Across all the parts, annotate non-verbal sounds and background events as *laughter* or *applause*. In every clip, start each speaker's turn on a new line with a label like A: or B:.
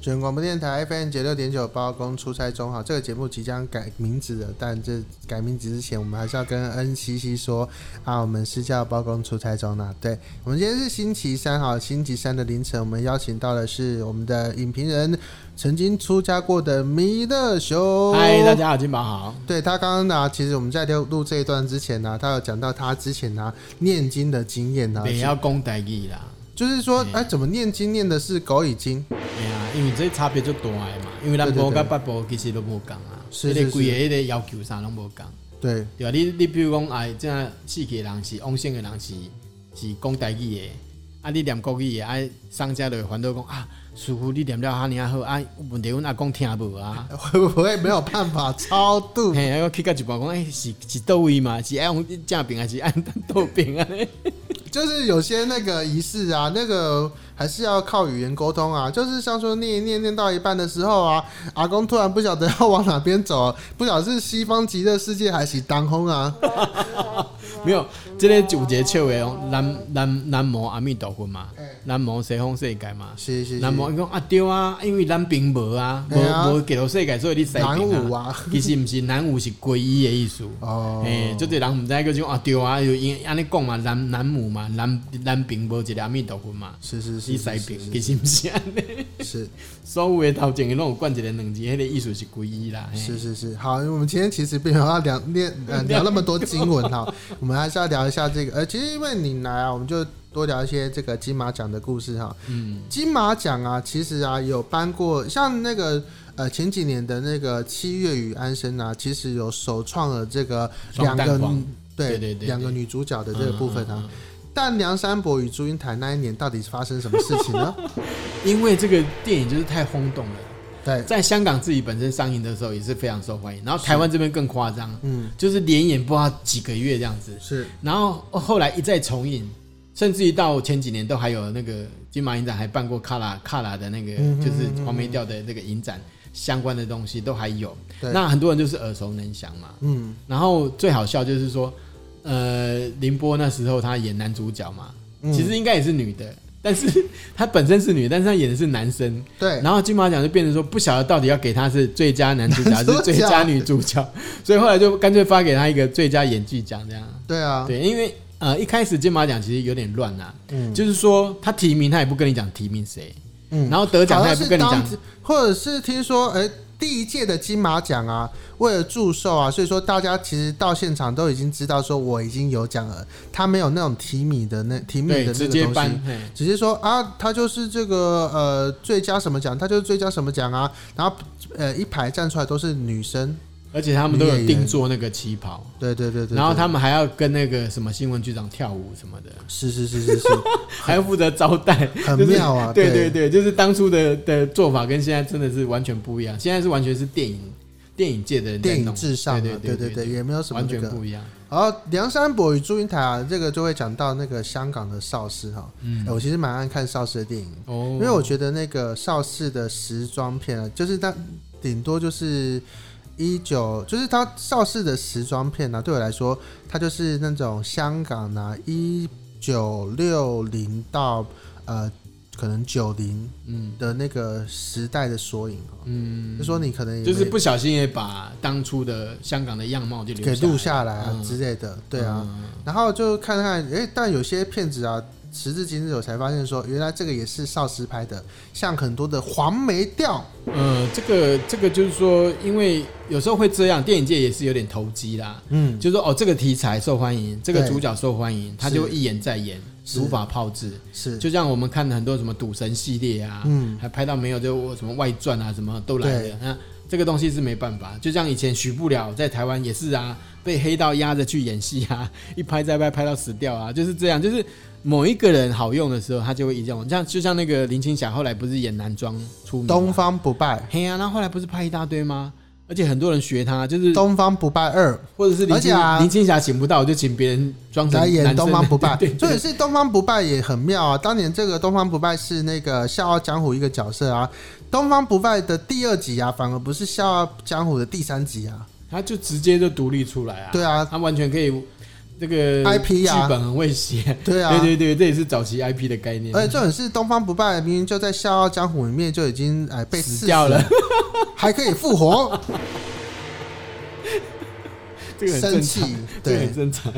A: 全国广播电台 FM 九六点九，包公出差中哈。这个节目即将改名字了，但这改名字之前，我们还是要跟 NCC 说啊，我们是叫包公出差中呢、啊对我们今天是星期三哈，星期三的凌晨，我们邀请到的是我们的影评人，曾经出家过的弥勒熊。
B: 嗨，大。家好，金宝好。
A: 对他刚刚呢，其实我们在录录这一段之前呢、他有讲到他之前呢、念经的经验呢、
B: 不要讲台语啦，
A: 就是说，哎、怎么念经念的是狗已经？
B: 哎呀，因为这差别就大的嘛，因为南部
A: 对对
B: 甲
A: 对
B: 北部其实都无共啊，
A: 是
B: 迄
A: 是
B: 个规个迄个要求啥拢无共。
A: 对，
B: 对啊，你你比如讲，哎，即四个人是往生的人是是讲台语的，啊，你念国语的，啊，商家就会烦恼讲啊，师傅你念了哈尼啊好，啊，问题阮阿公听无啊。
A: 会 *laughs* 不会没有办法超度？
B: 嘿，啊，我去到一半讲，哎、是是倒位嘛？是爱用正边还是按倒边啊？
A: 就是有些那个仪式啊，那个还是要靠语言沟通啊。就是像说念一念念到一半的时候啊，阿公突然不晓得要往哪边走，啊不晓得是西方极乐世界还是当空啊。
B: 没有，这个有一个笑话哦，南南南无阿弥陀佛嘛，南无西方世界嘛，
A: 嗯是是是，
B: 南无伊讲啊对啊，因为咱并无啊，
A: 嘿啊
B: 无无极乐世界，所以你西
A: 南
B: 边
A: 无
B: 啊。
A: 啊，
B: *laughs* 其实毋是南无是皈依的意思，
A: 哦，
B: 嘿，即个人毋知个种啊对啊，就因安尼讲嘛，南南无嘛，南南并无一个阿弥陀佛嘛，
A: 是是是
B: 你西
A: 是
B: 边
A: 是
B: 其实毋是安
A: *laughs*
B: 尼，
A: 是
B: 所有的头前的拢有灌一个两字，迄个意思是皈依啦。嘿
A: 是是是，好，我们今天其实并没有要聊念呃聊那么多经文
B: *laughs*
A: 哈，我们还是要聊一下这个。呃，其实因为你来啊，我们就多聊一些这个金马奖的故事哈。嗯，金马奖啊，其实啊有颁过，像那个呃前几年的那个《七月与安生》啊，其实有首创了这个两
B: 双蛋
A: 个
B: 黄
A: 对
B: 对对对
A: 两个女主角的这个部分啊。
B: 嗯嗯嗯
A: 但梁山伯与祝英台那一年到底发生什么事情呢？ *laughs*
B: 嗯因为这个电影就是太轰动了。
A: 对，
B: 在香港自己本身上映的时候也是非常受欢迎，然后台湾这边更夸张，
A: 嗯，
B: 就是连演不知道几个月这样子，
A: 是
B: 然后后来一再重映，甚至于到前几年都还有那个金马影展还办过卡拉卡拉的那个
A: 嗯哼
B: 就是黄梅调的那个影展相关的东西都还有，
A: 对
B: 那很多人就是耳熟能详嘛。
A: 嗯
B: 然后最好笑就是说，呃，凌波那时候他演男主角嘛，
A: 嗯
B: 其实应该也是女的，但是他本身是女，但是他演的是男生。
A: 对，
B: 然后金马奖就变成说不晓得到底要给他是最佳男
A: *laughs*
B: 主角还
A: 男主角
B: 是最佳女主角， *laughs* 所以后来就干脆发给他一个最佳演技奖这样。
A: 对啊，
B: 对，因为呃一开始金马奖其实有点乱啊，
A: 嗯
B: 就是说他提名他也不跟你讲提名谁，
A: 嗯
B: 然后得奖
A: 好
B: 他也
A: 像
B: 不
A: 是
B: 跟你
A: 当
B: 讲，
A: 时，或者是听说，哎、第一届的金马奖啊，为了祝寿啊，所以说大家其实到现场都已经知道说我已经有奖了，他没有那种提米的那提米的
B: 对，
A: 那
B: 直
A: 个
B: 接
A: 东
B: 颁
A: 西。，
B: 嘿
A: 直接说啊，他就是这个呃最佳什么奖，他就是最佳什么奖啊。然后呃一排站出来都是女生，
B: 而且他们都有
A: 女演员
B: 定做那个旗袍，
A: 对对对对
B: 然后
A: 对
B: 他们还要跟那个什么新闻局长跳舞什么的，
A: 是是是
B: *laughs*
A: 是是，
B: 还要负责招待，
A: 很
B: *laughs* 就是
A: 妙啊
B: 对
A: 对
B: 对对，就是当初的的做法跟现在真的是完全不一样，现在是完全是电影电影界的人在
A: 电影
B: 弄
A: 至上啊，
B: 对
A: 对
B: 对
A: 对
B: 对，
A: 也没有什么
B: 完
A: 那
B: 全
A: 个。
B: 不一样。
A: 好，梁山伯与祝英台啊，这个就会讲到那个香港的邵氏哈。嗯、我其实蛮爱看邵氏的电影，
B: 哦，
A: 因为我觉得那个邵氏的时装片啊，就是它顶多就是一九，就是它邵氏的时装片呢、啊，对我来说，它就是那种香港啊一九六零到呃可能九零
B: 嗯
A: 的那个时代的缩影哦。
B: 嗯
A: 就，说你可能也
B: 就是
A: 没
B: 不小心也把当初的香港的样貌就留
A: 给录下
B: 下来
A: 来啊
B: 嗯
A: 之类的，对啊。
B: 嗯
A: 然后就看看，诶，但有些片子啊，时至今日我才发现说，原来这个也是邵氏拍的，像很多的黄梅调，
B: 呃，这个这个就是说，因为有时候会这样，电影界也是有点投机啦，
A: 嗯，
B: 就是说哦，这个题材受欢迎，这个
A: 对
B: 主角受欢迎，他
A: 是
B: 就一演再演，
A: 是
B: 如法炮制。
A: 是，
B: 就像我们看的很多什么赌神系列啊，
A: 嗯
B: 还拍到没有就我什么外传啊，什么都来
A: 对
B: 了。那这个东西是没办法，就像以前许不了在台湾也是啊，被黑道压着去演戏啊，一拍再拍拍到死掉啊，就是这样。就是某一个人好用的时候，他就会一直用。像就像那个林青霞后来不是演男装出名吗，
A: 东方不败，
B: 嘿啊，那后来不是拍一大堆吗？而且很多人学他，就是
A: 东方不败二
B: 或者是林
A: 而且
B: 青、
A: 啊
B: 林青霞请不到，就请别人装成
A: 来演
B: 男生
A: 东方不败
B: *laughs* 对，对
A: 这也是东方不败也很妙啊。当年这个东方不败是那个《笑傲江湖》一个角色啊，东方不败的第二集啊，反而不是《笑傲江湖》的第三集啊。
B: 他就直接就独立出来啊。
A: 对啊，
B: 他完全可以这个
A: IP
B: 剧
A: 啊
B: 本很会写，
A: 对啊，哎
B: 对对对，这也是早期 IP 的概念。
A: 而且重点是，东方不败明明就在《笑傲江湖》里面就已经哎被刺
B: 死
A: 死
B: 掉了，，
A: 还可以复活，
B: 这个很
A: 生
B: 正
A: 气
B: 常，，这
A: 对
B: 个
A: 嗯
B: 很正常。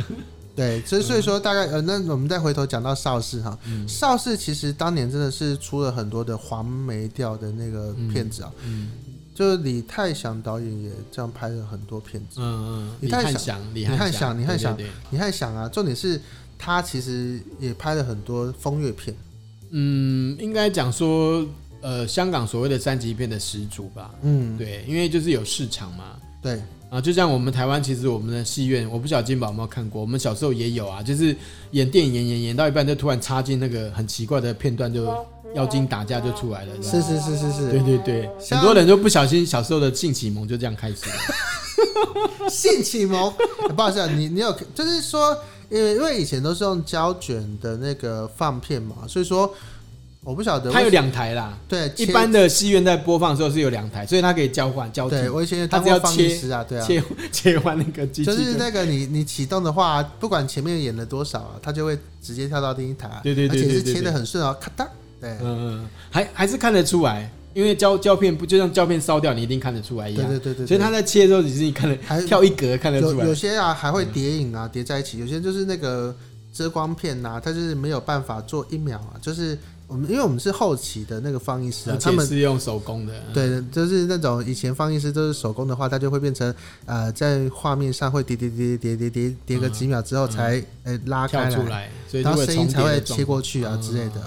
A: 对，所以所以说大概呃，那我们再回头讲到邵氏哈，
B: 嗯
A: 邵氏其实当年真的是出了很多的黄梅调的那个片子啊，
B: 嗯
A: 就是李泰祥导演也这样拍了很多片子。
B: 嗯嗯，
A: 你
B: 李
A: 看
B: 汉
A: 想
B: 祥，李
A: 你
B: 汉
A: 看
B: 祥，
A: 想你看
B: 对
A: 想
B: 对对
A: 你还想啊，重点是他其实也拍了很多风月片，
B: 嗯，应该讲说，呃，香港所谓的三级片的始祖吧。
A: 嗯，
B: 对，因为就是有市场嘛。
A: 对
B: 啊，就像我们台湾，其实我们的戏院，我不晓得金宝有没有看过，我们小时候也有啊，就是演电影演演演到一半，就突然插进那个很奇怪的片段，就妖精打架就出来了。这样
A: 是是是是
B: 对
A: 是，
B: 对对，
A: 像
B: 很多人就不小心小时候的性启蒙就这样开始了。
A: 性启蒙， *laughs* 不好意思、啊，你你有就是说，因为因为以前都是用胶卷的那个放片嘛，所以说我不晓得为
B: 它有两台啦，
A: 对
B: 一
A: 切
B: 般的戏院在播放的时候是有两台，所以它可以交换交替
A: 对，我以前也
B: 它
A: 当
B: 只要
A: 过放
B: 切
A: 映师啊，对啊，
B: 切切换那个机器
A: 就
B: 的。
A: 是那个你你启动的话，不管前面演了多少啊，它就会直接跳到第一台啊，
B: 对对对
A: 而且是
B: 对对
A: 切的
B: 对
A: 很顺啊，咔嗒，对
B: 嗯嗯，嗯还还是看得出来，因为胶胶片不就像胶片烧掉，你一定看得出来一
A: 对
B: 样。
A: 对对对，
B: 所以它在切的时候，你自己看得
A: 还
B: 跳一格看得出
A: 有
B: 来嗯
A: 有。些啊还会叠影啊，叠在一起；有些就是那个遮光片呐、它就是没有办法做一秒啊，就是我们因为我们是后期的那个放映师、啊
B: 而，
A: 他
B: 且
A: 们。
B: 是用手工的，嗯，
A: 对，就是那种以前放映师都是手工的话，它就会变成呃，在画面上会叠叠叠叠叠叠叠个几秒之后才呃、拉开
B: 嗯跳
A: 来，
B: 出来，所以就
A: 然后
B: 会
A: 声音才会切过
B: 去
A: 去啊之类的。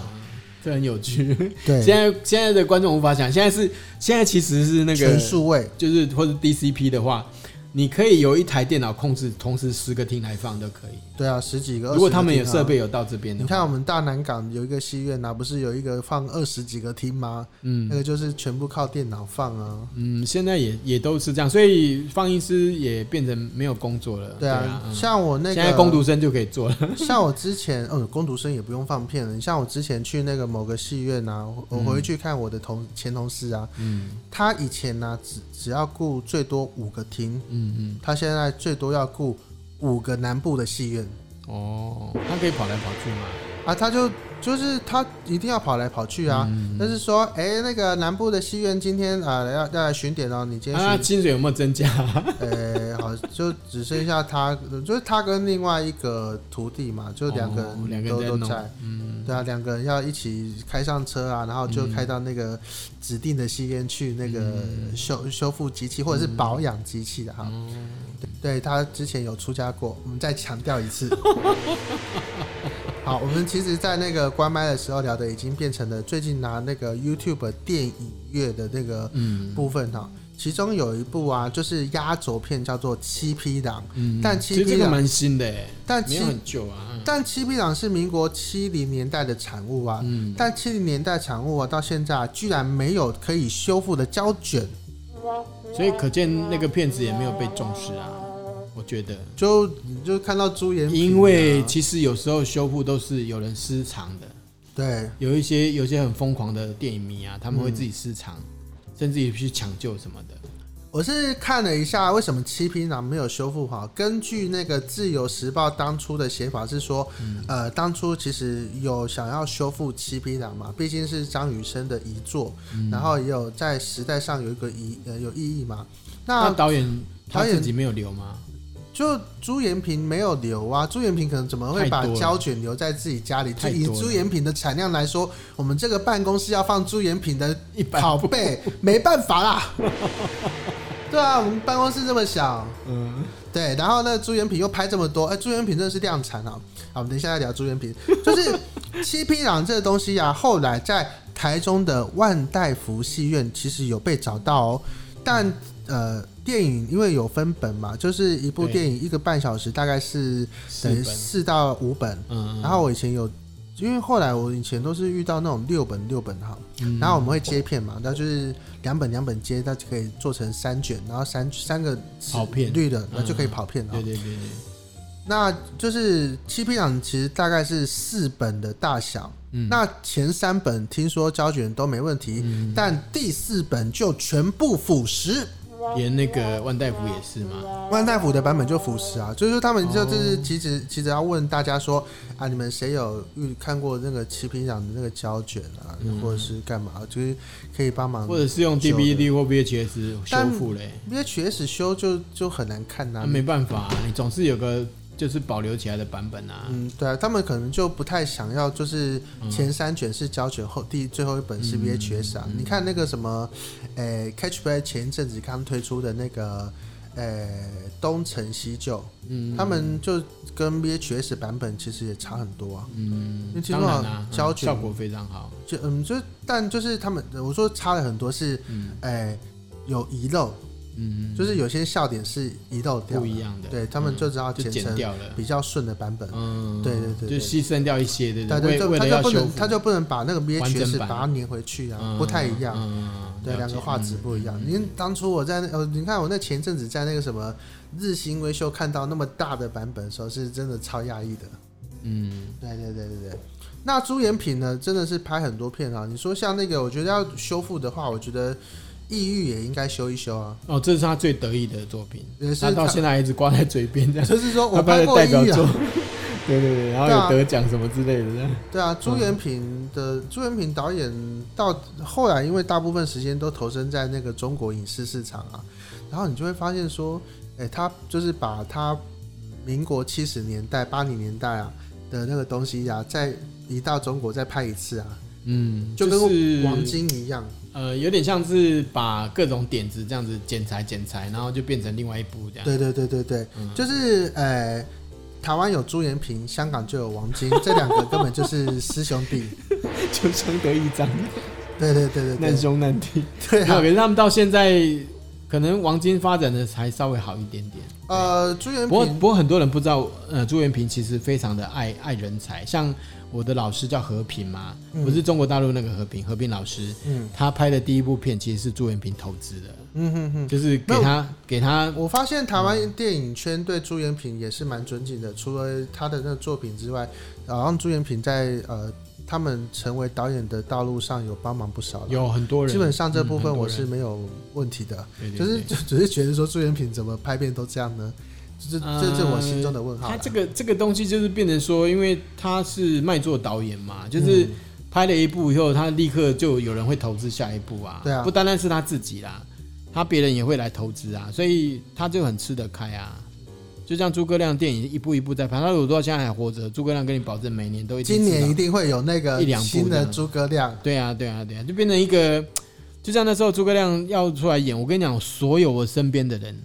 B: 这很有趣。哦现
A: 对，
B: 在现在的观众无法想，现在是现在其实是那个
A: 全数位，
B: 就是或者 DCP 的话，你可以由一台电脑控制，同时十个厅来放都可以。
A: 对啊，十几个。
B: 如果他们
A: 有
B: 有设，备有到这边的
A: 你
B: 话，
A: 看我们大南港有一个戏院啊，不是有一个放二十几个厅吗？
B: 嗯
A: 那个就是全部靠电脑放啊。
B: 嗯，现在也也都是这样，所以放映师也变成没有工作了。
A: 对啊，
B: 嗯
A: 像我那个
B: 现在工读生就可以做了。
A: *laughs* 像我之前，嗯，工读生也不用放片了。你像我之前去那个某个戏院啊，我我回去看我的同前同事啊，
B: 嗯
A: 他以前呢、只只要雇最多五个厅，
B: 嗯嗯，
A: 他现在最多要雇五个南部的戏院
B: 哦，他可以跑来跑去嘛。
A: 啊，他就就是他一定要跑来跑去啊。
B: 嗯
A: 但是说，哎、那个南部的戏院今天啊、要要来巡点哦，你今天巡 *laughs*
B: 啊，薪水有没有增加？
A: 呃，好，就只剩下他，就是他跟另外一个徒弟嘛，就两个
B: 哦两
A: 人
B: 个
A: 都、
B: 人在
A: 都
B: 弄
A: 在，嗯，对啊，两个人要一起开上车啊，然后就开到那个指定的戏院去那个
B: 嗯
A: 修、修复机器或者是保养机器的哈。
B: 哦
A: 对他之前有出家过，我们再强调一次。好，我们其实，在那个关麦的时候聊的，已经变成了最近拿那个 YouTube 电影乐的那个
B: 嗯
A: 部分哈、其中有一部啊，就是压轴片，叫做《七匹狼》。
B: 嗯 *laughs*
A: 但其
B: 其实
A: 实
B: 这个蛮新的耶，
A: 但
B: 没
A: 七
B: 有很旧啊。
A: 但七匹狼是民国七零年代的产物啊，
B: 嗯，
A: 但七零年代产物啊，到现在、啊、居然没有可以修复的胶卷，
B: 所以可见那个片子也没有被重视啊，我觉得。
A: 就你就看到朱啊颜、
B: 因为其实有时候修复都是有人私藏的，
A: 对
B: 有一些有些很疯狂的电影迷啊，他们会
A: 嗯
B: 自己私藏，甚至于去抢救什么的。
A: 我是看了一下，为什么七匹狼没有修复好？根据那个《自由时报》当初的写法是说，呃，当初其实有想要修复七匹狼嘛，毕竟是张雨生的遗作，然后也有在时代上有一个意呃有意义嘛。
B: 那
A: 那
B: 导演他
A: 导演
B: 自己没有留吗？
A: 就朱延平没有留啊，朱延平可能怎么会把
B: 太多了
A: 胶卷留在自己家里？就
B: 太多
A: 以
B: 了
A: 朱延平的产量来说，我们这个办公室要放朱延平的
B: 一百
A: 拷贝，没办法
B: *laughs*
A: 啦。对啊，我们办公室这么小。
B: 嗯，
A: 对，然后呢，朱元品又拍这么多，哎、朱元品真的是量产啊！好，我们等一下再聊朱元品。就是七匹狼这个东西啊，后来在台中的万代福戏院其实有被找到哦，但
B: 嗯
A: 呃，电影因为有分本嘛，就是一部
B: 对
A: 电影一个半小时，大概是
B: 四
A: 等于
B: 本，
A: 四到五本。
B: 嗯，
A: 然后我以前有，因为后来我以前都是遇到那种六本六本哈，
B: 嗯
A: 然后我们会接片嘛，那就是两本两本接，那就可以做成三卷，然后三三个是
B: 跑片嗯
A: 绿的，那就可以跑片了。
B: 对对对对，
A: 那就是七匹狼其实大概是四本的大小，
B: 嗯
A: 那前三本听说胶卷都没问题，但第四本就全部腐蚀。
B: 连那个万代福也是嘛，
A: 万代福的版本就腐蚀啊，所以说他们就就是其
B: 哦
A: 实其实要问大家说啊，你们谁有遇看过那个七品赏的那个胶卷啊，或者是干嘛，就是可以帮忙。
B: 嗯或者是用
A: 旧的
B: DVD 或 VHS 修复嘞，
A: VHS 修就就很难看呐、
B: 那没办法、啊，你总是有个就是保留起来的版本啊。嗯
A: 嗯，对啊，他们可能就不太想要，就是前三卷是胶卷，后第最后一本是 VHS
B: 嗯
A: 啊。你看那个什么，诶、c a t c h p l a y 前一阵子刚推出的那个，诶、东成西就，
B: 嗯，
A: 他们就跟 VHS 版本其实也差很多啊。
B: 嗯
A: 因为，听
B: 当
A: 说
B: 然啊，
A: 胶
B: 嗯
A: 卷
B: 效果非常好。
A: 就嗯，就但就是他们，我说差了很多是，
B: 嗯
A: 诶、有遗漏，
B: 嗯，
A: 就是有些笑点是遗漏掉
B: 不一
A: 的，
B: 样的，嗯
A: 对他们就只要
B: 就
A: 剪
B: 剪
A: 成
B: 掉了。
A: 比较顺的版本。
B: 嗯，
A: 对对对对
B: 就牺牲掉一些，对
A: 对
B: 不
A: 对，
B: 为
A: 就
B: 为
A: 他
B: 了
A: 就
B: 要
A: 不
B: 修
A: 能，
B: 复，
A: 他就不能把那个
B: 完
A: VHS
B: 整
A: 把
B: 版
A: 它粘回去啊，
B: 嗯
A: 不太一样。
B: 嗯，
A: 对，
B: 了
A: 两
B: 解
A: 个画质
B: 嗯
A: 不一样。您当初我在那呃，你看我那前阵子在那个什么日新微秀看到那么大的版本的时候，是真的超压抑的。
B: 嗯，
A: 对对对对对。那朱延平呢，真的是拍很多片啊。你说像那个，我觉得要修复的话，我觉得《抑郁》也应该修一修啊。
B: 哦，这是他最得意的作品，
A: 也是
B: 他到现在还一直挂在嘴边这样。
A: 就是 *laughs* 说我
B: 他
A: 拍
B: 拍的
A: 过《
B: 代
A: 抑
B: 表
A: 郁》啊
B: 作，， *laughs* 对对对，然后
A: 对啊
B: 有得奖什么之类的这样。
A: 对啊，朱元平的、朱元平导演到后来，因为大部分时间都投身在那个中国影视市场啊，然后你就会发现说，哎、他就是把他民国七十年代、八零年代啊的那个东西啊，再移到中国再拍一次啊，
B: 嗯，
A: 就
B: 就是
A: 跟王晶一样。
B: 呃，有点像是把各种点子这样子剪裁剪裁，然后就变成另外一部这样。
A: 对对对对对，
B: 嗯
A: 就是呃。台湾有朱延平，香港就有王晶，这两个根本就是师兄
B: *laughs*
A: 弟。
B: 就相得益彰，
A: 对对对对
B: 难
A: 对，
B: 兄难弟。
A: 对
B: 没有
A: 啊
B: 可。是他们到现在，可能王晶发展的才稍微好一点点。
A: 呃，朱延
B: 不过，
A: 平
B: 不过很多人不知道，呃，朱元平其实非常的爱爱人才，像我的老师叫和平嘛，
A: 嗯
B: 不是中国大陆那个和平，和平老师，
A: 嗯
B: 他拍的第一部片其实是朱元平投资的，
A: 嗯哼哼，
B: 就是给他给他，
A: 我发现台湾电影圈对朱延平也是蛮尊敬的，除了他的那个作品之外，好像朱延平在呃他们成为导演的道路上有帮忙不少了。
B: 有很多人，
A: 基本上这部分
B: 嗯
A: 我是没有问题的，
B: 对对
A: 就是 *laughs*
B: 对
A: 就只是觉得说朱延平怎么拍片都这样呢？这这这是我心中的问号啦。
B: 呃他这个这个东西就是变成说，因为他是卖座导演嘛，
A: 嗯
B: 就是拍了一部以后，他立刻就有人会投资下一部啊。
A: 对啊
B: 不单单是他自己啦，他别人也会来投资啊，所以他就很吃得开啊。就像诸葛亮电影一步一步在拍，他如果到现在还活着，诸葛亮跟你保证每年都一定
A: 今
B: 知
A: 年
B: 道
A: 一定会有那个
B: 一两部
A: 新的
B: 这样
A: 诸葛亮，
B: 对啊，对啊，对啊，就变成一个，就像那时候诸葛亮要出来演，我跟你讲，所有我身边的人，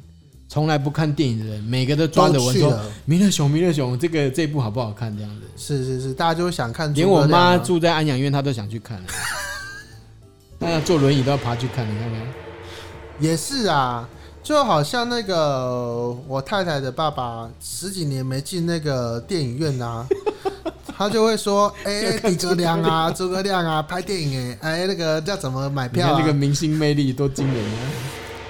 B: 从来不看电影的人，每个都抓着
A: 都
B: 我
A: 去
B: 说
A: 了，
B: 弥勒熊，弥勒熊，这个这部好不好看？这样子，
A: 是是是，大家就会想看诸葛
B: 连
A: 亮啊。
B: 我妈住在安养院，她都想
A: *laughs*
B: 去看了。那坐轮椅都要爬去看，你看看。
A: 也是啊，就好像那个我太太的爸爸十几年没进那个电影院啊，
B: *laughs*
A: 他就会说：“哎、李格亮啊，诸葛亮啊，拍电影哎、哎，那个要怎么买
B: 你
A: 票
B: 看这个
A: 啊
B: 明星魅力多惊
A: *laughs*
B: 人啊！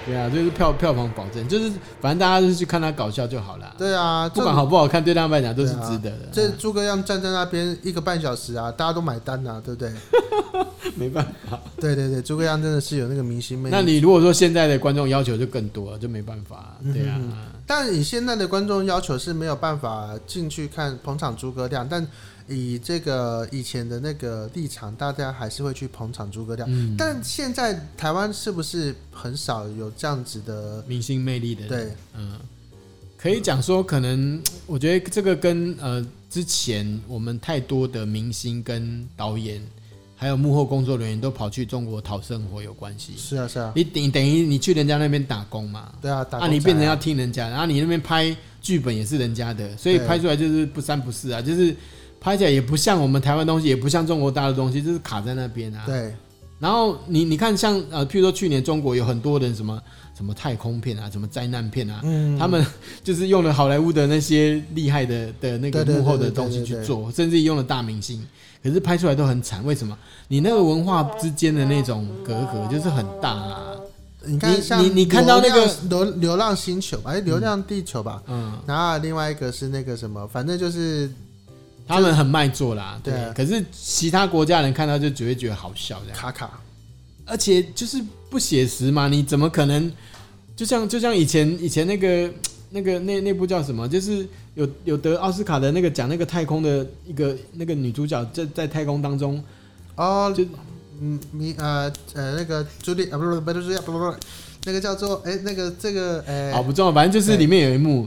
B: 对啊，就是票票房保证，就是反正大家就是去看他搞笑就好了？”。
A: 对啊，
B: 不
A: 这
B: 管好不好看，对他们来讲都是
A: 对啊
B: 值得的。
A: 这诸葛亮站在那边一个半小时啊，大家都买单啊，对不对？
B: 没办法。
A: 对对对，诸葛亮真的是有那个明星魅力。
B: 那你如果说现在的观众要求就更多了，就没办法。对啊，
A: 嗯但以现在的观众要求是没有办法进去看捧场诸葛亮，但以这个以前的那个立场，大家还是会去捧场诸葛亮。
B: 嗯
A: 但现在台湾是不是很少有这样子的？
B: 明星魅力的人，
A: 对，
B: 嗯，可以讲说，可能我觉得这个跟呃之前我们太多的明星跟导演，还有幕后工作人员都跑去中国讨生活有关系。
A: 是啊是啊，
B: 你等等于你去人家那边打工嘛，
A: 对啊，打
B: 啊，
A: 工
B: 你
A: 仔
B: 变成要听人家，然后你那边拍剧本也是人家的，所以
A: 对
B: 拍出来就是不三不四啊，就是拍起来也不像我们台湾东西，也不像中国大陆东西，就是卡在那边啊。
A: 对
B: 然后你你看像呃，譬如说去年中国有很多人什么什么太空片啊，什么灾难片啊，
A: 嗯
B: 他们就是用了好莱坞的那些厉害的的
A: 对
B: 那
A: 对
B: 个
A: 对
B: 幕后的东西去做，甚至用了大明星，可是拍出来都很惨。为什么？你那个文化之间的那种隔阂就是很大啊。
A: 你看
B: 你
A: 像
B: 你你看到那个
A: 流浪流流浪星球吧，哎，流浪地球吧，
B: 嗯，
A: 然后另外一个是那个什么，反正就是
B: 他们很卖座啦，对。
A: 对啊
B: 可是其他国家人看到就只会觉得好笑这样，
A: 卡卡，
B: 而且就是不写实嘛，你怎么可能？就像就像以前以前那个那个那那部叫什么，就是有有得奥斯卡的那个讲那个太空的一个那个女主角在在太空当中，
A: 哦
B: 就，
A: 嗯，你呃呃那个朱莉啊，不是不是朱莉啊，不不不，那个叫做哎、那个这个哎、
B: 好不重要，反正就是
A: 对
B: 里面有一幕，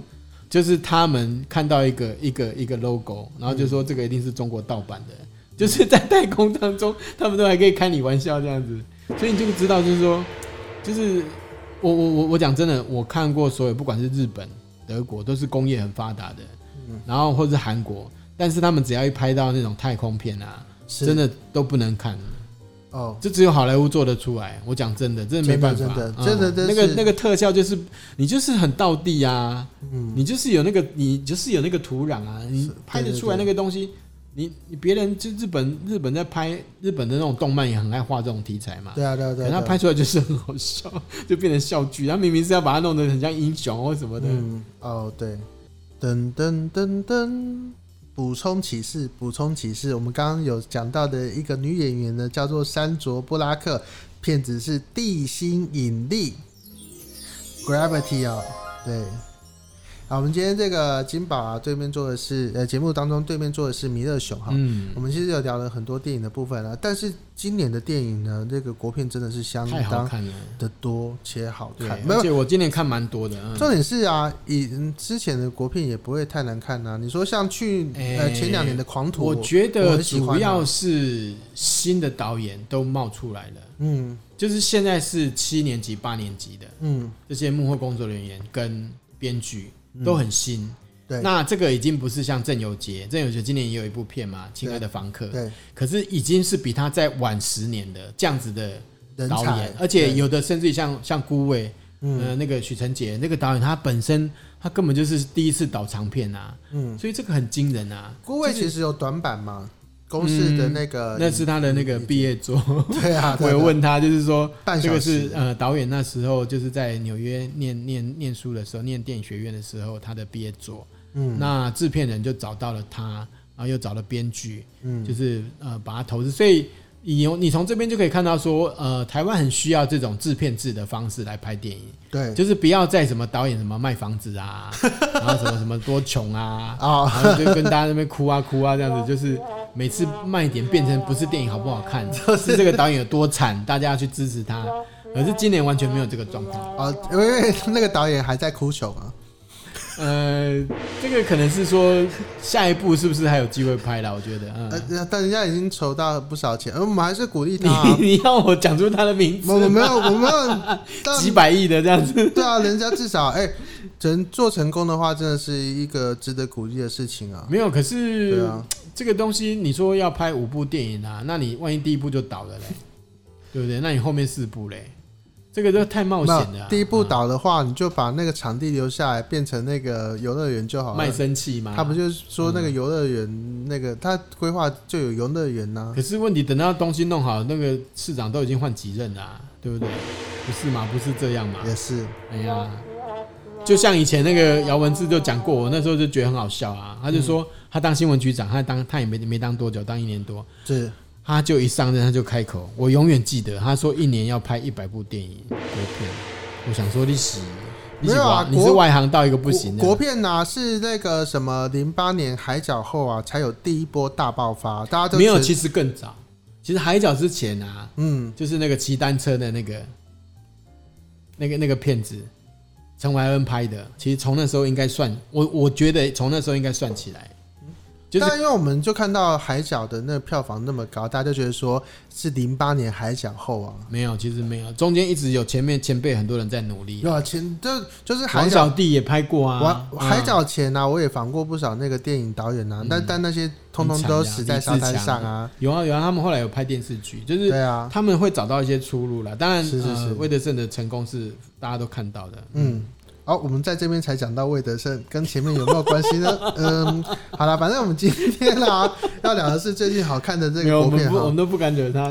B: 就是他们看到一个一个一个 logo，然后就说这个一定是中国盗版的，就是在太空当中，他们都还可以开你玩笑这样子，所以你就知道就是说，就是我我我我讲真的，我看过所有不管是日本、德国都是工业很发达的，
A: 嗯
B: 然后或者是韩国，但是他们只要一拍到那种太空片啊，
A: 是
B: 真的都不能看。
A: 哦，
B: 这只有好莱坞做得出来。我讲真的，真的没办法，
A: 真的
B: 嗯
A: 真的真的
B: 那个
A: 是
B: 那个特效就是你就是很道地啊，你就是有那个你就是有那个土壤啊，你
A: 是
B: 拍得
A: 对对
B: 出来那个东西。你你别人就日本日本在拍日本的那种动漫也很爱画这种题材嘛，
A: 对啊对啊对
B: 可
A: 啊，
B: 是他
A: 对啊
B: 拍出来就是很好笑， *laughs* 就变成笑剧。他明明是要把它弄得很像英雄或什么的，
A: 嗯，哦对，噔噔噔噔，补充启示，补充启示，我们刚刚有讲到的一个女演员呢，叫做山卓布拉克，片子是《地心引力》（Gravity） 哦，对。好，我们今天这个金宝啊，对面坐的是呃节目当中对面坐的是弥勒熊哈，
B: 嗯，
A: 我们其实有聊了很多电影的部分了，啊但是今年的电影呢，这个国片真的是相
B: 太好
A: 当
B: 看了。
A: 的多且好
B: 对，
A: 看，没有
B: 而且我今年看蛮多的，嗯
A: 重点是啊，以嗯之前的国片也不会太难看啊呐、你说像去呃
B: 哎
A: 前两年的《狂徒》，
B: 我觉
A: 我
B: 得
A: 很喜欢啊
B: 主要是新的导演都冒出来了，
A: 嗯
B: 就是现在是七年级、八年级的
A: 嗯
B: 这些幕后工作人员跟编剧都很新。
A: 嗯对
B: 那这个已经不是像郑有杰，郑有杰今年也有一部片嘛，《亲爱的房客》，
A: 对
B: 可是已经是比他再晚十年的这样子的
A: 人
B: 导
A: 才
B: 演，，而且
A: 对
B: 有的甚至于像像顾伟，
A: 嗯
B: 呃，那个许成杰那个导演，他本身他根本就是第一次导长片啊，
A: 嗯，
B: 所以这个很惊人啊。
A: 郭卫
B: 就是嗯
A: 其实有短板嘛，公式的那个、
B: 那是他的那个毕业作。
A: 对啊，
B: 我
A: 对啊
B: 有问他，就是说
A: 半
B: 这
A: 小
B: 个
A: 时
B: 是呃导演那时候就是在纽约念念念书的时候，念电影学院的时候他的毕业作。
A: 嗯
B: 那制片人就找到了他，然后又找了编剧，
A: 嗯
B: 就是呃把他投资。所以你有你从这边就可以看到说，呃，台湾很需要这种制片制的方式来拍电影，
A: 对
B: 就是不要再什么导演什么卖房子啊， *laughs* 然后什么什么多穷啊，
A: 哦
B: 然后就跟大家在那边哭啊哭啊这样子，就是每次卖点变成不是电影好不好 *laughs* 看，是这个导演有多惨，大家要去支持他。可是今年完全没有这个状况，
A: 哦，因为那个导演还在哭穷啊，
B: 呃，这个可能是说下一步是不是还有机会拍了？我觉得，嗯，
A: 呃，但人家已经筹到不少钱，而呃我们还是鼓励他、
B: *laughs*
A: 啊。
B: 你你让我讲出他的名字 *laughs*
A: 我我没
B: 吗，
A: 有，我没有，
B: *laughs*
A: 但
B: 几百亿的这样子，
A: 对啊，人家至少哎，能、做成功的话，真的是一个值得鼓励的事情啊。
B: 没有。可
A: 对
B: 是
A: 啊，
B: 这个东西，你说要拍五部电影啊，那你万一第一部就倒了嘞，对不对？那你后面四部嘞，这个都太冒险了啊、
A: 那第一步
B: 嗯
A: 倒的话，你就把那个场地留下来，变成那个游乐园就好
B: 啊卖
A: 了。
B: 身契嘛，
A: 他不就是说那个游乐园那个他规划就有游乐园啊呐？
B: 可是问题，等到东西弄好，那个市长都已经换几任啦、对不对？不是嘛？不是这样嘛？
A: 也是，
B: 哎呀，就 *laughs* 像以前那个姚文志就讲过，我那时候就觉得很好笑啊。他就
A: 嗯
B: 说他当新闻局长，他当他也没没当多久，当一年多，
A: 是
B: 他就一上任他就开口，我永远记得他说一年要拍一百部电影国片。我想说你洗，你洗
A: 没有啊
B: 哇你是
A: 国
B: 外行到一个不行的啊
A: 国国片呐、是那个什么零八年海角后啊，才有第一波大爆发，大家都
B: 没有，
A: 觉得
B: 其实更早，其实海角之前啊，
A: 嗯，
B: 就是那个骑单车的那个、那个、那个骗子，陈怀恩拍的。其实从那时候应该算，我我觉得从那时候应该算起来，就是
A: 但因为我们就看到海角的那个票房那么高，大家就觉得说是零八年海角后啊，
B: 没有，其实没有，中间一直有前面前辈很多人在努力。
A: 有啊，前就就是海
B: 王
A: 角
B: 小弟也拍过啊，
A: 我
B: 嗯
A: 海角前啊，我也访过不少那个电影导演啊，但但那些通通
B: 啊
A: 都死在沙滩上啊。
B: 有啊有啊，他们后来有拍电视剧，就是
A: 对啊，
B: 他们会找到一些出路啦。当然，
A: 是是
B: 呃
A: 是
B: 魏德胜的成功是大家都看到的。
A: 嗯，哦，我们在这边才讲到魏德胜，跟前面有没有关系呢？嗯，好了，反正我们今天啊要聊的是最近好看的这
B: 没
A: 个
B: 有，我
A: 国
B: 们
A: 片
B: 不，我
A: 哈 *laughs*
B: 们，都不敢惹他。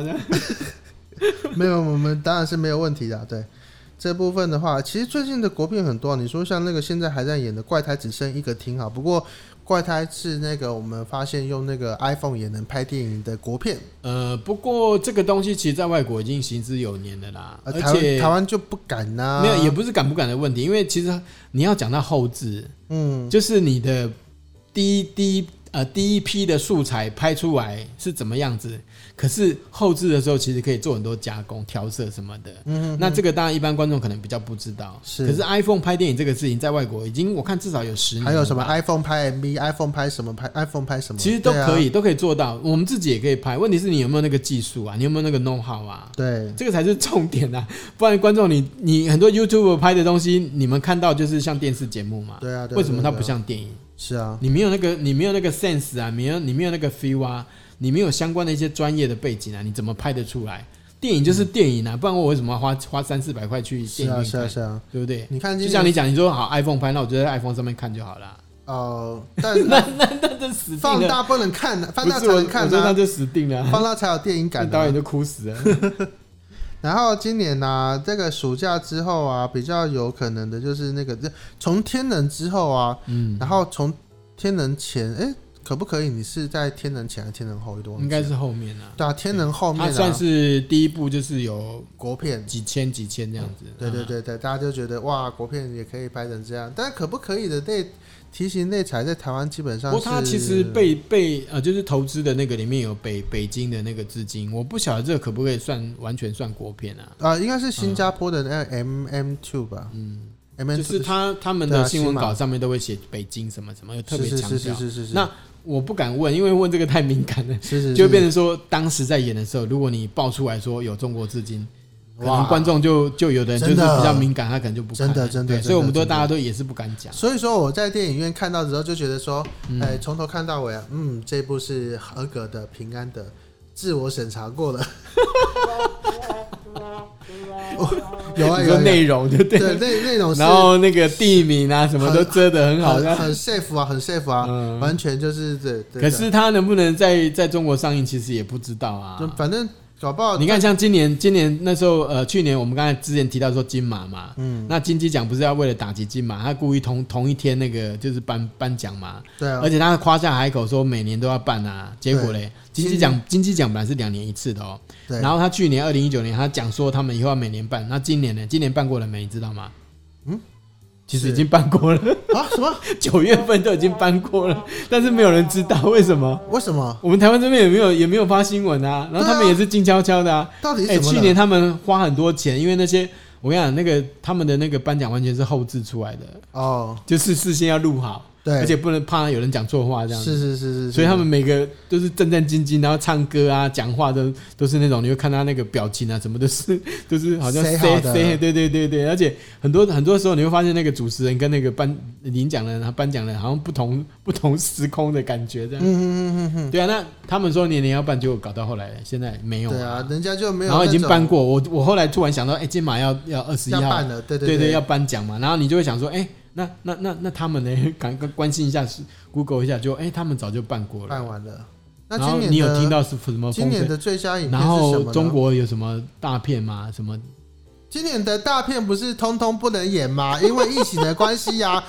A: 没有，我们当然是没有问题的，对。这部分的话，其实最近的国片很多啊，你说像那个现在还在演的《怪胎》，只剩一个厅啊。不过《怪胎》是那个我们发现用那个 iPhone 也能拍电影的国片，
B: 呃，不过这个东西其实在外国已经行之有年了啦，
A: 呃，
B: 而
A: 台湾
B: 且
A: 台湾就不敢呐、
B: 没有也不是敢不敢的问题，因为其实你要讲到后置，
A: 嗯，
B: 就是你的第一第一呃第一批的素材拍出来是怎么样子，可是后置的时候其实可以做很多加工、调色什么的。嗯那这个当然一般观众可能比较不知道，
A: 是
B: 可是 iPhone 拍电影这个事情在外国已经我看至少有十年，
A: 还有什么？iPhone 拍 MV，iPhone 拍什么拍，iPhone 拍什么，
B: 其实都
A: 对啊
B: 可以、。都可以做到。我们自己也可以拍，问题是你有没有那个技术啊？你有没有那个 know how 啊？
A: 对，
B: 这个才是重点啊！ *laughs* 不然观众你你很多 YouTube 拍的东西，你们看到就是像电视节目嘛？
A: 对啊，对啊
B: 为什么它
A: 对啊
B: 不像电影？
A: 是啊，
B: 你没有那个你没有那个 sense 啊，没有你没有那个 feel 啊，你没有相关的一些专业的背景啊，你怎么拍得出来？电影就是电影啊，不然我为什么要花花三四百块去
A: 是
B: 电影
A: 啊，嗯
B: 院
A: 是
B: 看？
A: 啊，是啊。
B: 对不对？
A: 你看今
B: 就
A: 年，
B: 像你讲，你说好 iPhone 拍，那我就在 iPhone 上面看就好了。
A: 哦，但
B: *laughs* 那这死定了，
A: 放大不能看，啊放大
B: 不
A: 才
B: 是我
A: 能看
B: 我说那
A: 啊，
B: 就死定了啊，
A: 放大才有电影
B: 那
A: 感啊。
B: *laughs* 导演就哭死
A: *laughs*
B: 了。
A: 然后今年呢、这个暑假之后啊，比较有可能的就是那个从天能之后啊，
B: 嗯，
A: 然后从天能前，哎，可不可以？你是在天能前还是天能后？有点忘记
B: 应该是后面啊，
A: 对啊，天能后面、啊、
B: 它算是第一部，就是有
A: 国片。
B: 几千几千这样子。
A: 对对
B: 啊，
A: 对对，大家就觉得哇，国片也可以拍成这样，但可不可以的内题型内材在台湾基本上
B: 不
A: 是，
B: 过它其实被被呃，就是投资的那个里面有北北京的那个资金，我不晓得这个可不可以算完全算国片啊？
A: 啊、应该是新加坡的那 M M Two 吧，
B: 嗯，
A: m M
B: 就是他他们
A: 对
B: 的
A: 啊
B: 新闻
A: 西马
B: 稿上面都会写北京什么什么，又特
A: 是
B: 别
A: 是
B: 强
A: 是是
B: 调。
A: 是是是，
B: 那我不敢问，因为问这个太敏感了，
A: 是是是
B: 就会变成说当时在演的时候，如果你爆出来说有中国资金，可能观众就就有的人就是
A: 真的
B: 比较敏感，他可能就不看了。
A: 真的真的
B: 对
A: 真的
B: 所以我们都
A: 真的
B: 大家都也是不敢讲。
A: 所以说我在电影院看到的时候就觉得说，
B: 嗯
A: 哎、从、头看到尾啊，嗯，这部是合格的、平安的，自我审查过
B: *laughs*
A: 了。我有啊
B: 你
A: 有啊有
B: 说
A: 啊，
B: 内容就对
A: 对那那哦
B: 了，
A: 种是
B: 然后那个地名啊什么都遮得很好，这
A: 很
B: 样
A: 很 safe 啊，很 safe 啊，
B: 嗯
A: 完全就是对。对
B: 可是它能不能在在中国上映，其实也不知道啊
A: 对。就反正搞不好
B: 你看，像今年，今年那时候，呃，去年我们刚才之前提到说金马嘛，
A: 嗯
B: 嗯，那金鸡奖不是要为了打击金马，他故意同同一天那个就是颁颁奖嘛，
A: 对啊
B: 而，且他夸下海口说每年都要办啊，结果嘞，金鸡奖金鸡奖本来是两年一次的哦，
A: 对
B: 然后他去年二零一九年他讲说他们以后要每年办，那今年呢，今年办过了没？你知道吗？
A: 嗯
B: 嗯，其实已
A: 是
B: 经办过了。
A: 啊什么？
B: 九月份都已经搬过
A: *laughs*
B: 了，但是没有人知道为什么。
A: 为什么？
B: 我们台湾这边也没有也没有发新闻啊，然后他们也是静悄悄的啊。
A: 到底
B: 哎、
A: 是怎么
B: 去
A: 了？
B: 年他们花很多钱，因为那些我跟你讲，那个他们的那个颁奖完全是后置出来的，
A: 哦，
B: 就是事先要录好，
A: 对，
B: 而且不能怕有人讲错话这样
A: 是是
B: 子。
A: 是是，
B: 所以
A: 是
B: 他们每个都是战战兢兢，然后唱歌啊、讲话都都是那种，你会看他那个表情啊，什么都是 *laughs* 都是好像
A: 塞
B: say
A: 好的
B: say，对对对对，而且很多很多时候你会发现那个主持人跟那个颁领奖人啊、颁奖人好像不同 *laughs* 不同时空的感觉这样。
A: 嗯嗯嗯嗯
B: 对啊，那他们说年年要办，结果搞到后来现在没
A: 嗯，
B: 有
A: 对啊，人家就没有
B: 然后已
A: 那
B: 经
A: 种
B: 办过，我我后来突然想到，哎、金马要要二十一
A: 要
B: 号
A: 办，了，对
B: 对
A: 对
B: 要颁奖嘛，然后你就会想说，哎、那那那那他们呢？ *laughs* 赶快关心一下，Google 一下，就哎、他们早就办过了。
A: 办完了。那
B: 然后
A: 今年
B: 你有听
A: 的
B: 到是什么
A: 今
B: 风
A: 年
B: 声？
A: 的最佳影片
B: 然
A: 是什么
B: 后
A: 呢？
B: 中国有什么大片吗？什么？
A: 今年的大片不是通通不能演
B: *laughs*
A: 吗？因为疫情的关系呀、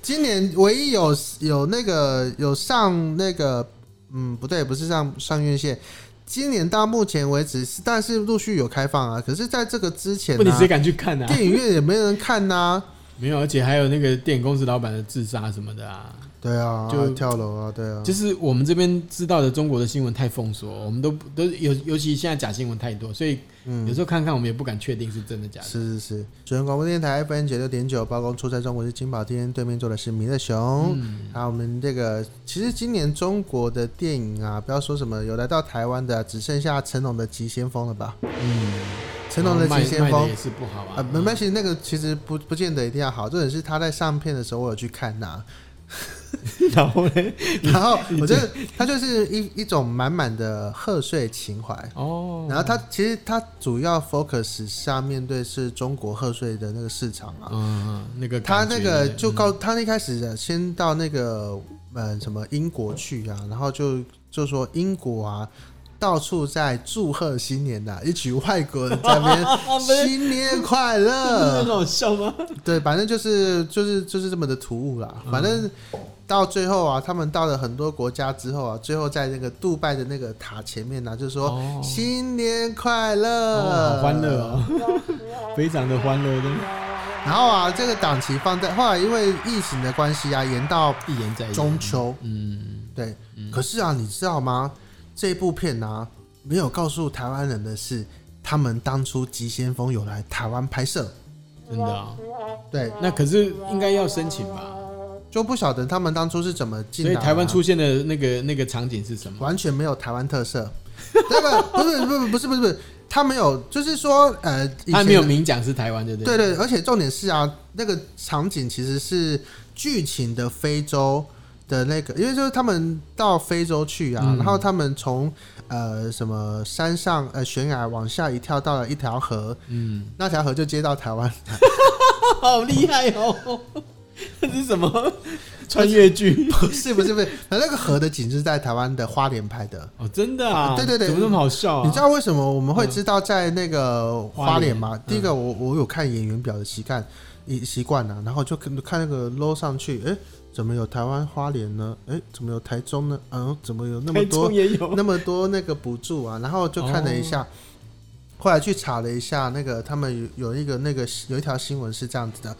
A: 今年唯一有有那个有上那个嗯不对，不是上上院线。今年到目前为止，但是陆续有开放啊。可是在这个之前、
B: 问题
A: 啊，
B: 谁敢去看啊？
A: 电影院也没人看呐、
B: 没有，而且还有那个电影公司老板的自杀什么的啊。
A: 对啊，就
B: 就
A: 跳楼啊，对啊，
B: 就是我们这边知道的中国的新闻太封锁，我们都不都尤尤其现在假新闻太多，所以有
A: 嗯，
B: 时候看看我们也不敢确定是真的假的。
A: 是是是。主人广播电台 FM 九六点九，包公出差中国是金宝天，对面坐的是米勒熊。
B: 嗯，
A: 啊，我们这个其实今年中国的电影啊，不要说什么有来到台湾的啊、只剩下成龙的《急先锋》了吧？
B: 嗯，
A: 成龙的《
B: 卖
A: 急先
B: 卖
A: 锋
B: 的也》是不好啊。
A: 啊，没关系，那个其实不不见得一定要好，重点是他在上片的时候我有去看呐、
B: *laughs* 然后呢？
A: 然后我觉得他就是一一种满满的贺岁情怀。
B: 哦，
A: 然后他其实他主要 focus 下面对是中国贺岁的那个市场啊，
B: 嗯，那个
A: 他
B: 感觉嗯
A: 那个就
B: *laughs*
A: 告他一开始先到那个呃什么英国去啊，然后就就说英国啊到处在祝贺新年呐、一群外国人在
B: *laughs*
A: 那边新年快乐
B: 很， *laughs* 好笑吗？
A: 对，反正就是就是就是这么的突兀啦。
B: 嗯
A: 反正到最后啊，他们到了很多国家之后啊，最后在那个杜拜的那个塔前面啊呢、就说、
B: 哦
A: 新年快乐、
B: 哦，好欢乐哦， *laughs* 非常的欢乐的，
A: 然后啊，这个档期放在后来因为疫情的关系啊，延到
B: 一言在
A: 中
B: 言。
A: 秋。
B: 嗯，
A: 对，可是啊，你知道吗？这部片啊，没有告诉台湾人的是，他们当初《急先锋》有来台湾拍摄。
B: 真的啊、
A: 对，
B: 那可是应该要申请吧？
A: 就不晓得他们当初是怎么进、啊。
B: 所以台湾出现的那个那个场景是什么？
A: 完全没有台湾特色， *laughs* 对吧？不是不是不是不是不是，他没有，就是说呃，以
B: 他
A: 前
B: 没有明讲是台湾，对不对？
A: 对对，而且重点是啊，那个场景其实是剧情的非洲的那个，因为就是他们到非洲去啊，
B: 嗯
A: 然后他们从呃什么山上呃悬崖往下一跳到了一条河，
B: 嗯，
A: 那条河就接到台湾，
B: *laughs*
A: *laughs*
B: 好厉害哦！ *laughs* 这是什么穿
A: *laughs*
B: 越剧？
A: 不是不是不是，那个河的景是在台湾的花莲拍的。
B: 哦，真的啊！
A: 对对对
B: 怎么那么好笑啊？
A: 你知道为什么我们会知道在那个花莲
B: 花
A: 吗？
B: 莲嗯
A: 第一个我，我有看演员表的习惯，一习惯呐，然后就看看那个 low 上去，哎，怎么有台湾花莲呢？哎，怎么有台中呢？嗯，怎么有那么
B: 台
A: 多
B: 中也
A: *laughs*
B: 有哦
A: 那么多那个补助啊？然后就看了一下，后来去查了一下，那个他们有有一个那个有一条新闻是这样子的，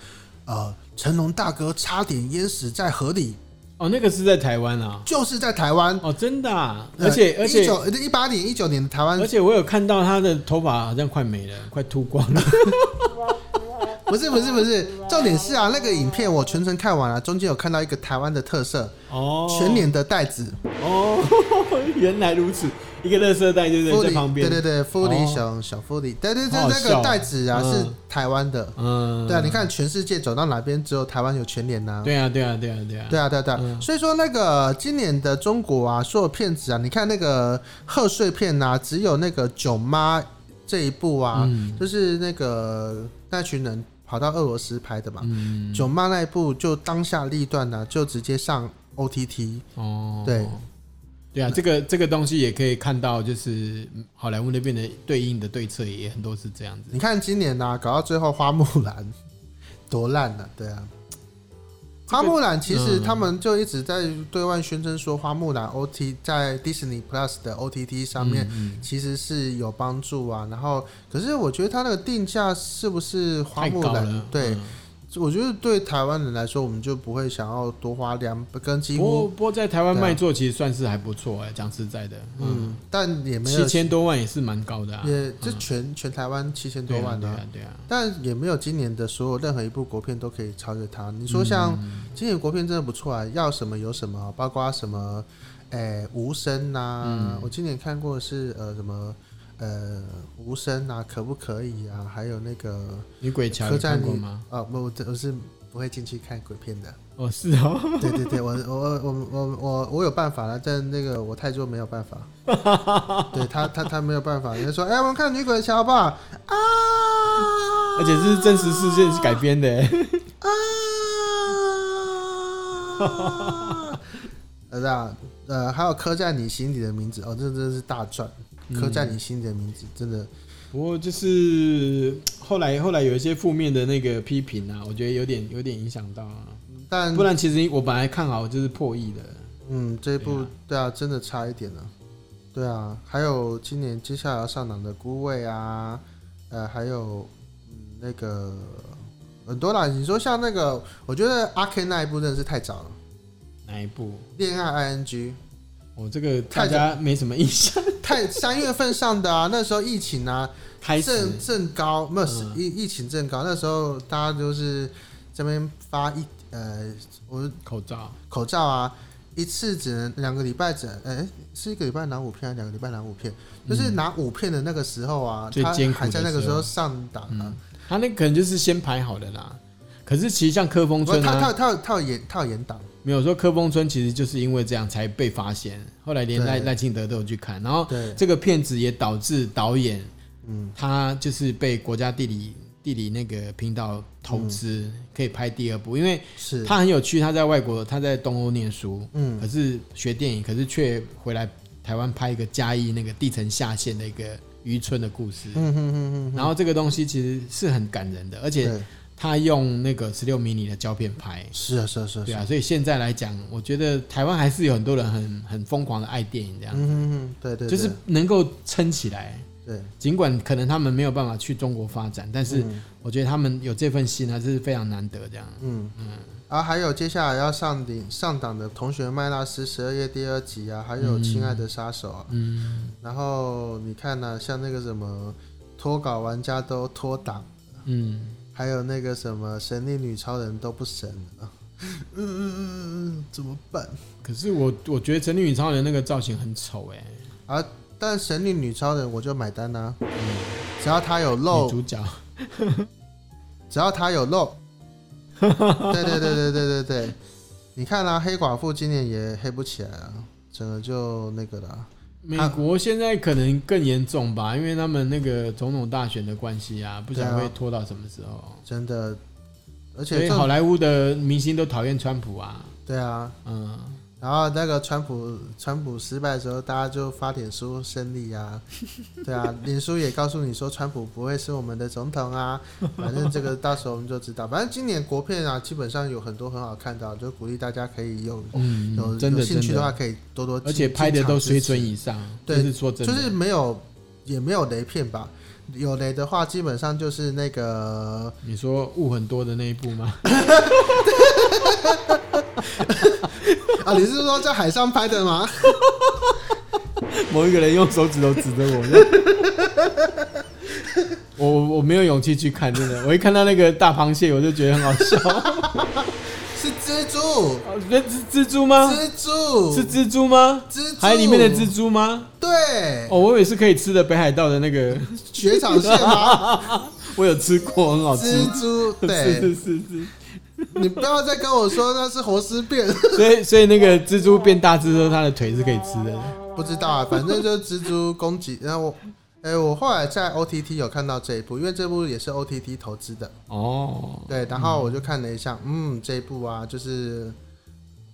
A: 呃，成龙大哥差点淹死在河里，
B: 哦，那个是在台湾啊！
A: 就是在台湾，呃
B: 哦，真的啊！而且而
A: 一
B: 且
A: 九一八年一九年的台湾
B: 而且我有看到他的头发好像快没了，快秃光了。
A: 不是不是不是，重点是啊，那个影片我全程看完了，中间有看到一个台湾的特色，
B: 哦，
A: *laughs* 全脸的袋子，
B: 哦， *laughs* 原来如此，一个垃圾袋就
A: 玻
B: 是在旁
A: 璃，
B: 边。
A: 对对对，玻璃
B: 哦
A: 熊小玻璃，对对对，
B: 好好
A: 那
B: 笑
A: 个
B: 哦
A: 袋子啊
B: 嗯
A: 是台湾的，
B: 嗯，
A: 对啊，你看全世界走到哪边只有台湾有全脸呐。
B: 对啊，对啊，对啊，对啊，
A: 对啊，对啊，对啊，所以说那个今年的中国啊，所有片子啊，你看那个贺岁片呐、啊，只有那个《囧妈》这一部啊，
B: 嗯
A: 就是那个那群人跑到俄罗斯拍的嘛，
B: 嗯，
A: 囧妈那一部就当下立断呢、就直接上 OTT。
B: 哦，
A: 对，
B: 对啊，这个这个东西也可以看到，就是嗯好莱坞那边的对应的对策也很多是这样子。
A: 你看今年呢、啊搞到最后花木兰 *laughs* 多烂呢、对啊。花木兰其实
B: 嗯
A: 他们就一直在对外宣称说，花木兰 OT 在 Disney Plus 的 OTT 上面
B: 嗯嗯
A: 其实是有帮助啊。然后，可是我觉得它那个定价是不是花
B: 太
A: 木
B: 高
A: 兰
B: 了，？
A: 对
B: 嗯，
A: 我觉得对台湾人来说，我们就不会想要多花两跟几
B: 不过
A: 乎
B: 不过在台湾
A: 对啊
B: 卖座其实算是还不错哎，讲实在的，嗯，
A: 嗯，但也没有
B: 七千多万也是蛮高的啊，
A: 也这全全台湾七千多万
B: 对
A: 呢、
B: 啊，对啊，
A: 但也没有今年的所有任何一部国片都可以超越它。你说像
B: 嗯
A: 今年国片真的不错啊，要什么有什么，包括什么，诶、无声呐、啊
B: 嗯
A: 我今年看过的是呃什么呃无声啊，可不可以啊？还有那个
B: 女鬼桥
A: 客
B: 有
A: 栈
B: 看
A: 里
B: 过吗？
A: 啊，不，我我是不会进去看鬼片的。
B: 哦，是哦， *laughs*
A: 对对对，我我我我我我有办法了，但那个我太弱没有办
B: *laughs*
A: 法。对他他他没有办法，人家说哎、我们看女鬼桥吧啊，
B: 而且这是真实事件改编的 *laughs* 欸，
A: 啊，呃啊呃还有刻在你心底的名字哦，这真的是大赚，刻在
B: 嗯
A: 你心底的名字真的
B: 不过就是后来后来有一些负面的那个批评啊，我觉得有点有点影响到啊。
A: 但
B: 不然其实我本来看好就是破亿的，
A: 嗯，这一部
B: 对
A: 对
B: 啊
A: 啊真的差一点了、对啊，还有今年接下来要上档的《孤味》啊，呃，还有嗯那个很多啦。你说像那个，我觉得阿 Ken 那一部真的是太早了，
B: 哪一部？
A: 《恋爱
B: *laughs*
A: ING
B: 我、这个大家没什么
A: *laughs*
B: 印象。》
A: 太三月份上的啊，那时候疫情啊
B: 开始
A: 正正高，没有是
B: 嗯
A: 疫、疫情正高，那时候大家就是这边发一呃，我
B: 口罩，
A: 口罩啊，一次只能两个礼拜只能，哎、是一个礼拜拿五片还是两个礼拜拿五片？就是拿五片的那个时候啊，
B: 嗯最
A: 他
B: 艰苦的
A: 还在那个
B: 时
A: 时
B: 候嗯
A: 候上档啊。
B: 他那可能就是先排好的啦。可是其实像科峰
A: 不过
B: 村
A: 他
B: 啊，
A: 他他有他有演他有演档，啊
B: 没有说科峰村其实就是因为这样才被发现，后来连
A: 对
B: 赖赖清德都有去看，然后
A: 对，
B: 这个片子也导致导演
A: 嗯，
B: 他就是被国家地理地理那个频道投资，
A: 嗯
B: 可以拍第二部，因为
A: 是，
B: 他很有趣，他在外国，他在东欧念书，
A: 嗯
B: 可是学电影，可是却回来台湾拍一个嘉义那个地层下陷的一个渔村的故事。
A: 嗯哼哼哼哼，
B: 然后这个东西其实是很感人的，而且
A: 对，
B: 他用那个十六迷你的胶片拍，
A: 是啊是啊是啊，
B: 对
A: 是
B: 啊，所以现在来讲，我觉得台湾还是有很多人很很疯狂的爱电影这样，
A: 嗯哼哼，对对，
B: 就是能够撑起来。
A: 对嗯对，
B: 尽管可能他们没有办法去中国发展，但是我觉得他们有这份心还是非常难得。这样，
A: 嗯嗯，然后还有接下来要上顶上档的《同学麦拉斯》十二月第二集啊，还有《亲爱的杀手》啊，
B: 嗯，
A: 然后你看呢、像那个什么脱稿玩家都脱档，
B: 嗯，
A: 还有那个什么神力女超人都不神了，啊嗯嗯嗯嗯，怎么办？
B: 可是我我觉得《神力女超人》那个造型很丑哎、
A: 但神力女超人我就买单啦、只要她有露
B: 女主角，
A: 只要他有肉，对对对对对对对，你看啦、黑寡妇今年也黑不起来啊，整个就那个啦。
B: 美国现在可能更严重吧，因为他们那个总统大选的关系啊，不
A: 对
B: 想
A: 啊
B: 会拖到什么时候。
A: 真的，而
B: 所
A: 且
B: 以
A: 这
B: 好莱坞的明星都讨厌川普啊，
A: 对啊，
B: 嗯，
A: 然后那个川普川普失败的时候，大家就发点书胜利
B: *laughs*
A: 啊，对啊，脸书也告诉你说川普不会是我们的总统
B: *laughs*
A: 啊，反正这个到时候我们就知道。反正今年国片啊，基本上有很多很好看的啊，就鼓励大家可以有
B: 嗯
A: 有
B: 真
A: 有
B: 的
A: 兴
B: 真
A: 趣的话
B: 的，
A: 可以多多进，
B: 而且拍的
A: 进场
B: 都
A: 支
B: 水
A: 持
B: 准以上，
A: 对
B: 就是说真的，
A: 就是没有，也没有雷片吧。有雷的话，基本上就是那个
B: 你说雾很多的那一部吗？
A: *laughs* 啊，你是说在海上拍的吗？ *laughs*
B: 某一个人用手指头指着我这样， *laughs* 我我我没有勇气去看，真的，我一看到那个大螃蟹，我就觉得很好笑。
A: 是蜘蛛，
B: 啊那是蜘蛛吗？
A: 蜘蛛
B: 啊是蜘蛛吗？
A: 蜘蛛，
B: 海里面的蜘蛛吗？
A: 对，
B: 哦，我以为是可以吃的北海道的那个， *laughs*
A: 雪场蟹吗？
B: 我有吃过，很好吃。
A: 蜘蛛，
B: 哦 *laughs* 是
A: 对，
B: 是是
A: 你不要再跟我说那是活尸变，
B: 是，所以所以那个蜘蛛变大只之后，它的腿是可以吃的。
A: *laughs* 不知道啊，反正就是蜘蛛攻击。然后我，哎、我后来在 OTT 有看到这一部，因为这部也是 OTT 投资的，
B: 哦，
A: 对，然后我就看了一下，嗯，这一部啊，就是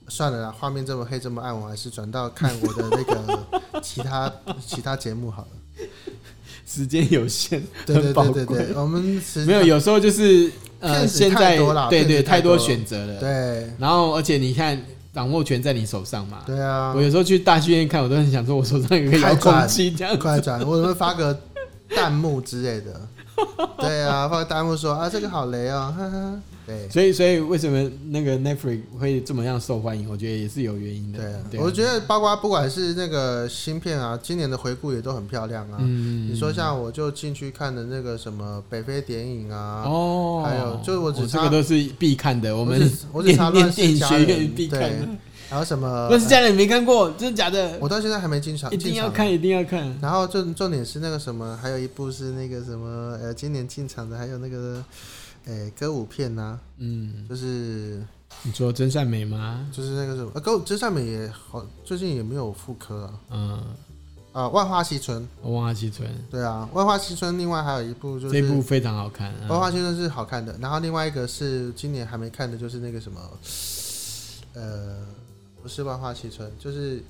A: 算了啦，画面这么黑这么暗，我还是转到看我的那
B: *laughs*
A: 个其他其他节目好了。
B: 时间有限，
A: 对对
B: 很宝
A: 对
B: 贵。
A: 对对，我们时
B: 没有，有时候就是呃，
A: 骗子
B: 现
A: 太
B: 在
A: 多啦
B: 对
A: 骗
B: 对，
A: 子太
B: 太
A: 多
B: 多
A: 了
B: 选择了。
A: 对
B: 然后，而且你看，掌握权在你手上嘛。
A: 对啊
B: 我，有时候去大剧院看，我都很想说，我手上有个遥控器这
A: *laughs*
B: 样。
A: 快转，我准备发个弹幕之类
B: *laughs*
A: 的。对啊，发个弹幕说啊，这个好雷哦，哈
B: *laughs*
A: 哈。对
B: 所以，所以为什么那个 Netflix 会这么样受欢迎？我觉得也是有原因的。
A: 对啊，
B: 对
A: 我觉得包括不管是那个芯片啊，今年的回顾也都很漂亮啊。
B: 嗯，
A: 你说像我就进去看的那个什么北非谍影啊，
B: 哦，
A: 还有就是我只
B: 哦这
A: 插
B: 个都是必看的。我
A: 我
B: 们
A: 只我只查
B: 念念
A: 乱
B: 电
A: 世
B: 影
A: 佳
B: 学
A: 人，
B: 院必看
A: 对
B: 的，，
A: 然后什么
B: 乱世佳人没看过，真的假的？
A: 我到现在还没进场，
B: 一定
A: 进
B: 要
A: 场。
B: 看，一定要看。
A: 然后重重点是那个什么，还有一部是那个什么，呃，今年进场的还有那个，呃，歌舞片呐、
B: 嗯，
A: 就是
B: 你说真善美吗？
A: 就是那个什么，呃，歌舞这上面也好，最近也没有复刻啊，
B: 嗯，
A: 啊、万花西村，
B: 我忘了西村
A: 对啊，万花西村，另外还有一部就是
B: 这部非常好看。嗯
A: 万花西村是好看的，然后另外一个是今年还没看的，就是那个什么，呃，不是万花西村，就是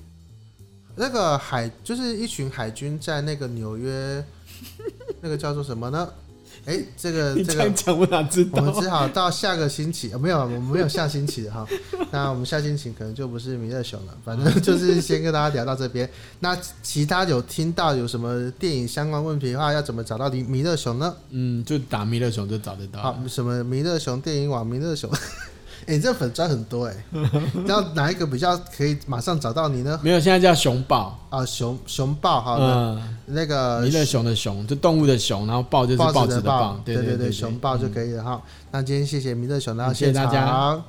A: 那个海，就是一群海军在那个纽约，那个叫做什么呢？哎，这个
B: 你
A: 这
B: 这
A: 个
B: 样，讲，我哪知
A: *laughs* 我们
B: 道？
A: 只好到下个星期，呃、没有，我们没有下星期的
B: *laughs*
A: 哈。那我们下星期可能就不是米勒熊了，反正就是先跟大家聊到这边。那其他有听到有什么电影相关问题的话，要怎么找到米米勒熊呢？
B: 嗯，就打弥勒熊就找得到。
A: 好，什么弥勒熊电影网、弥勒熊，哎、 *laughs* 你这粉砖很多 *laughs* 哎、要哪一个比较可以马上找到你呢？
B: 没有，现在叫熊豹。
A: 啊，熊熊豹哈，那
B: 嗯，
A: 那个
B: 弥勒熊的熊，就动物的熊，然后豹就是
A: 呃豹
B: 报
A: 子
B: 纸
A: 的
B: 的
A: 豹
B: 豹，，对
A: 对
B: 对
A: 对，熊豹就可以了哈。那今天谢谢弥勒熊，然后
B: 谢谢
A: 现
B: 大家
A: 场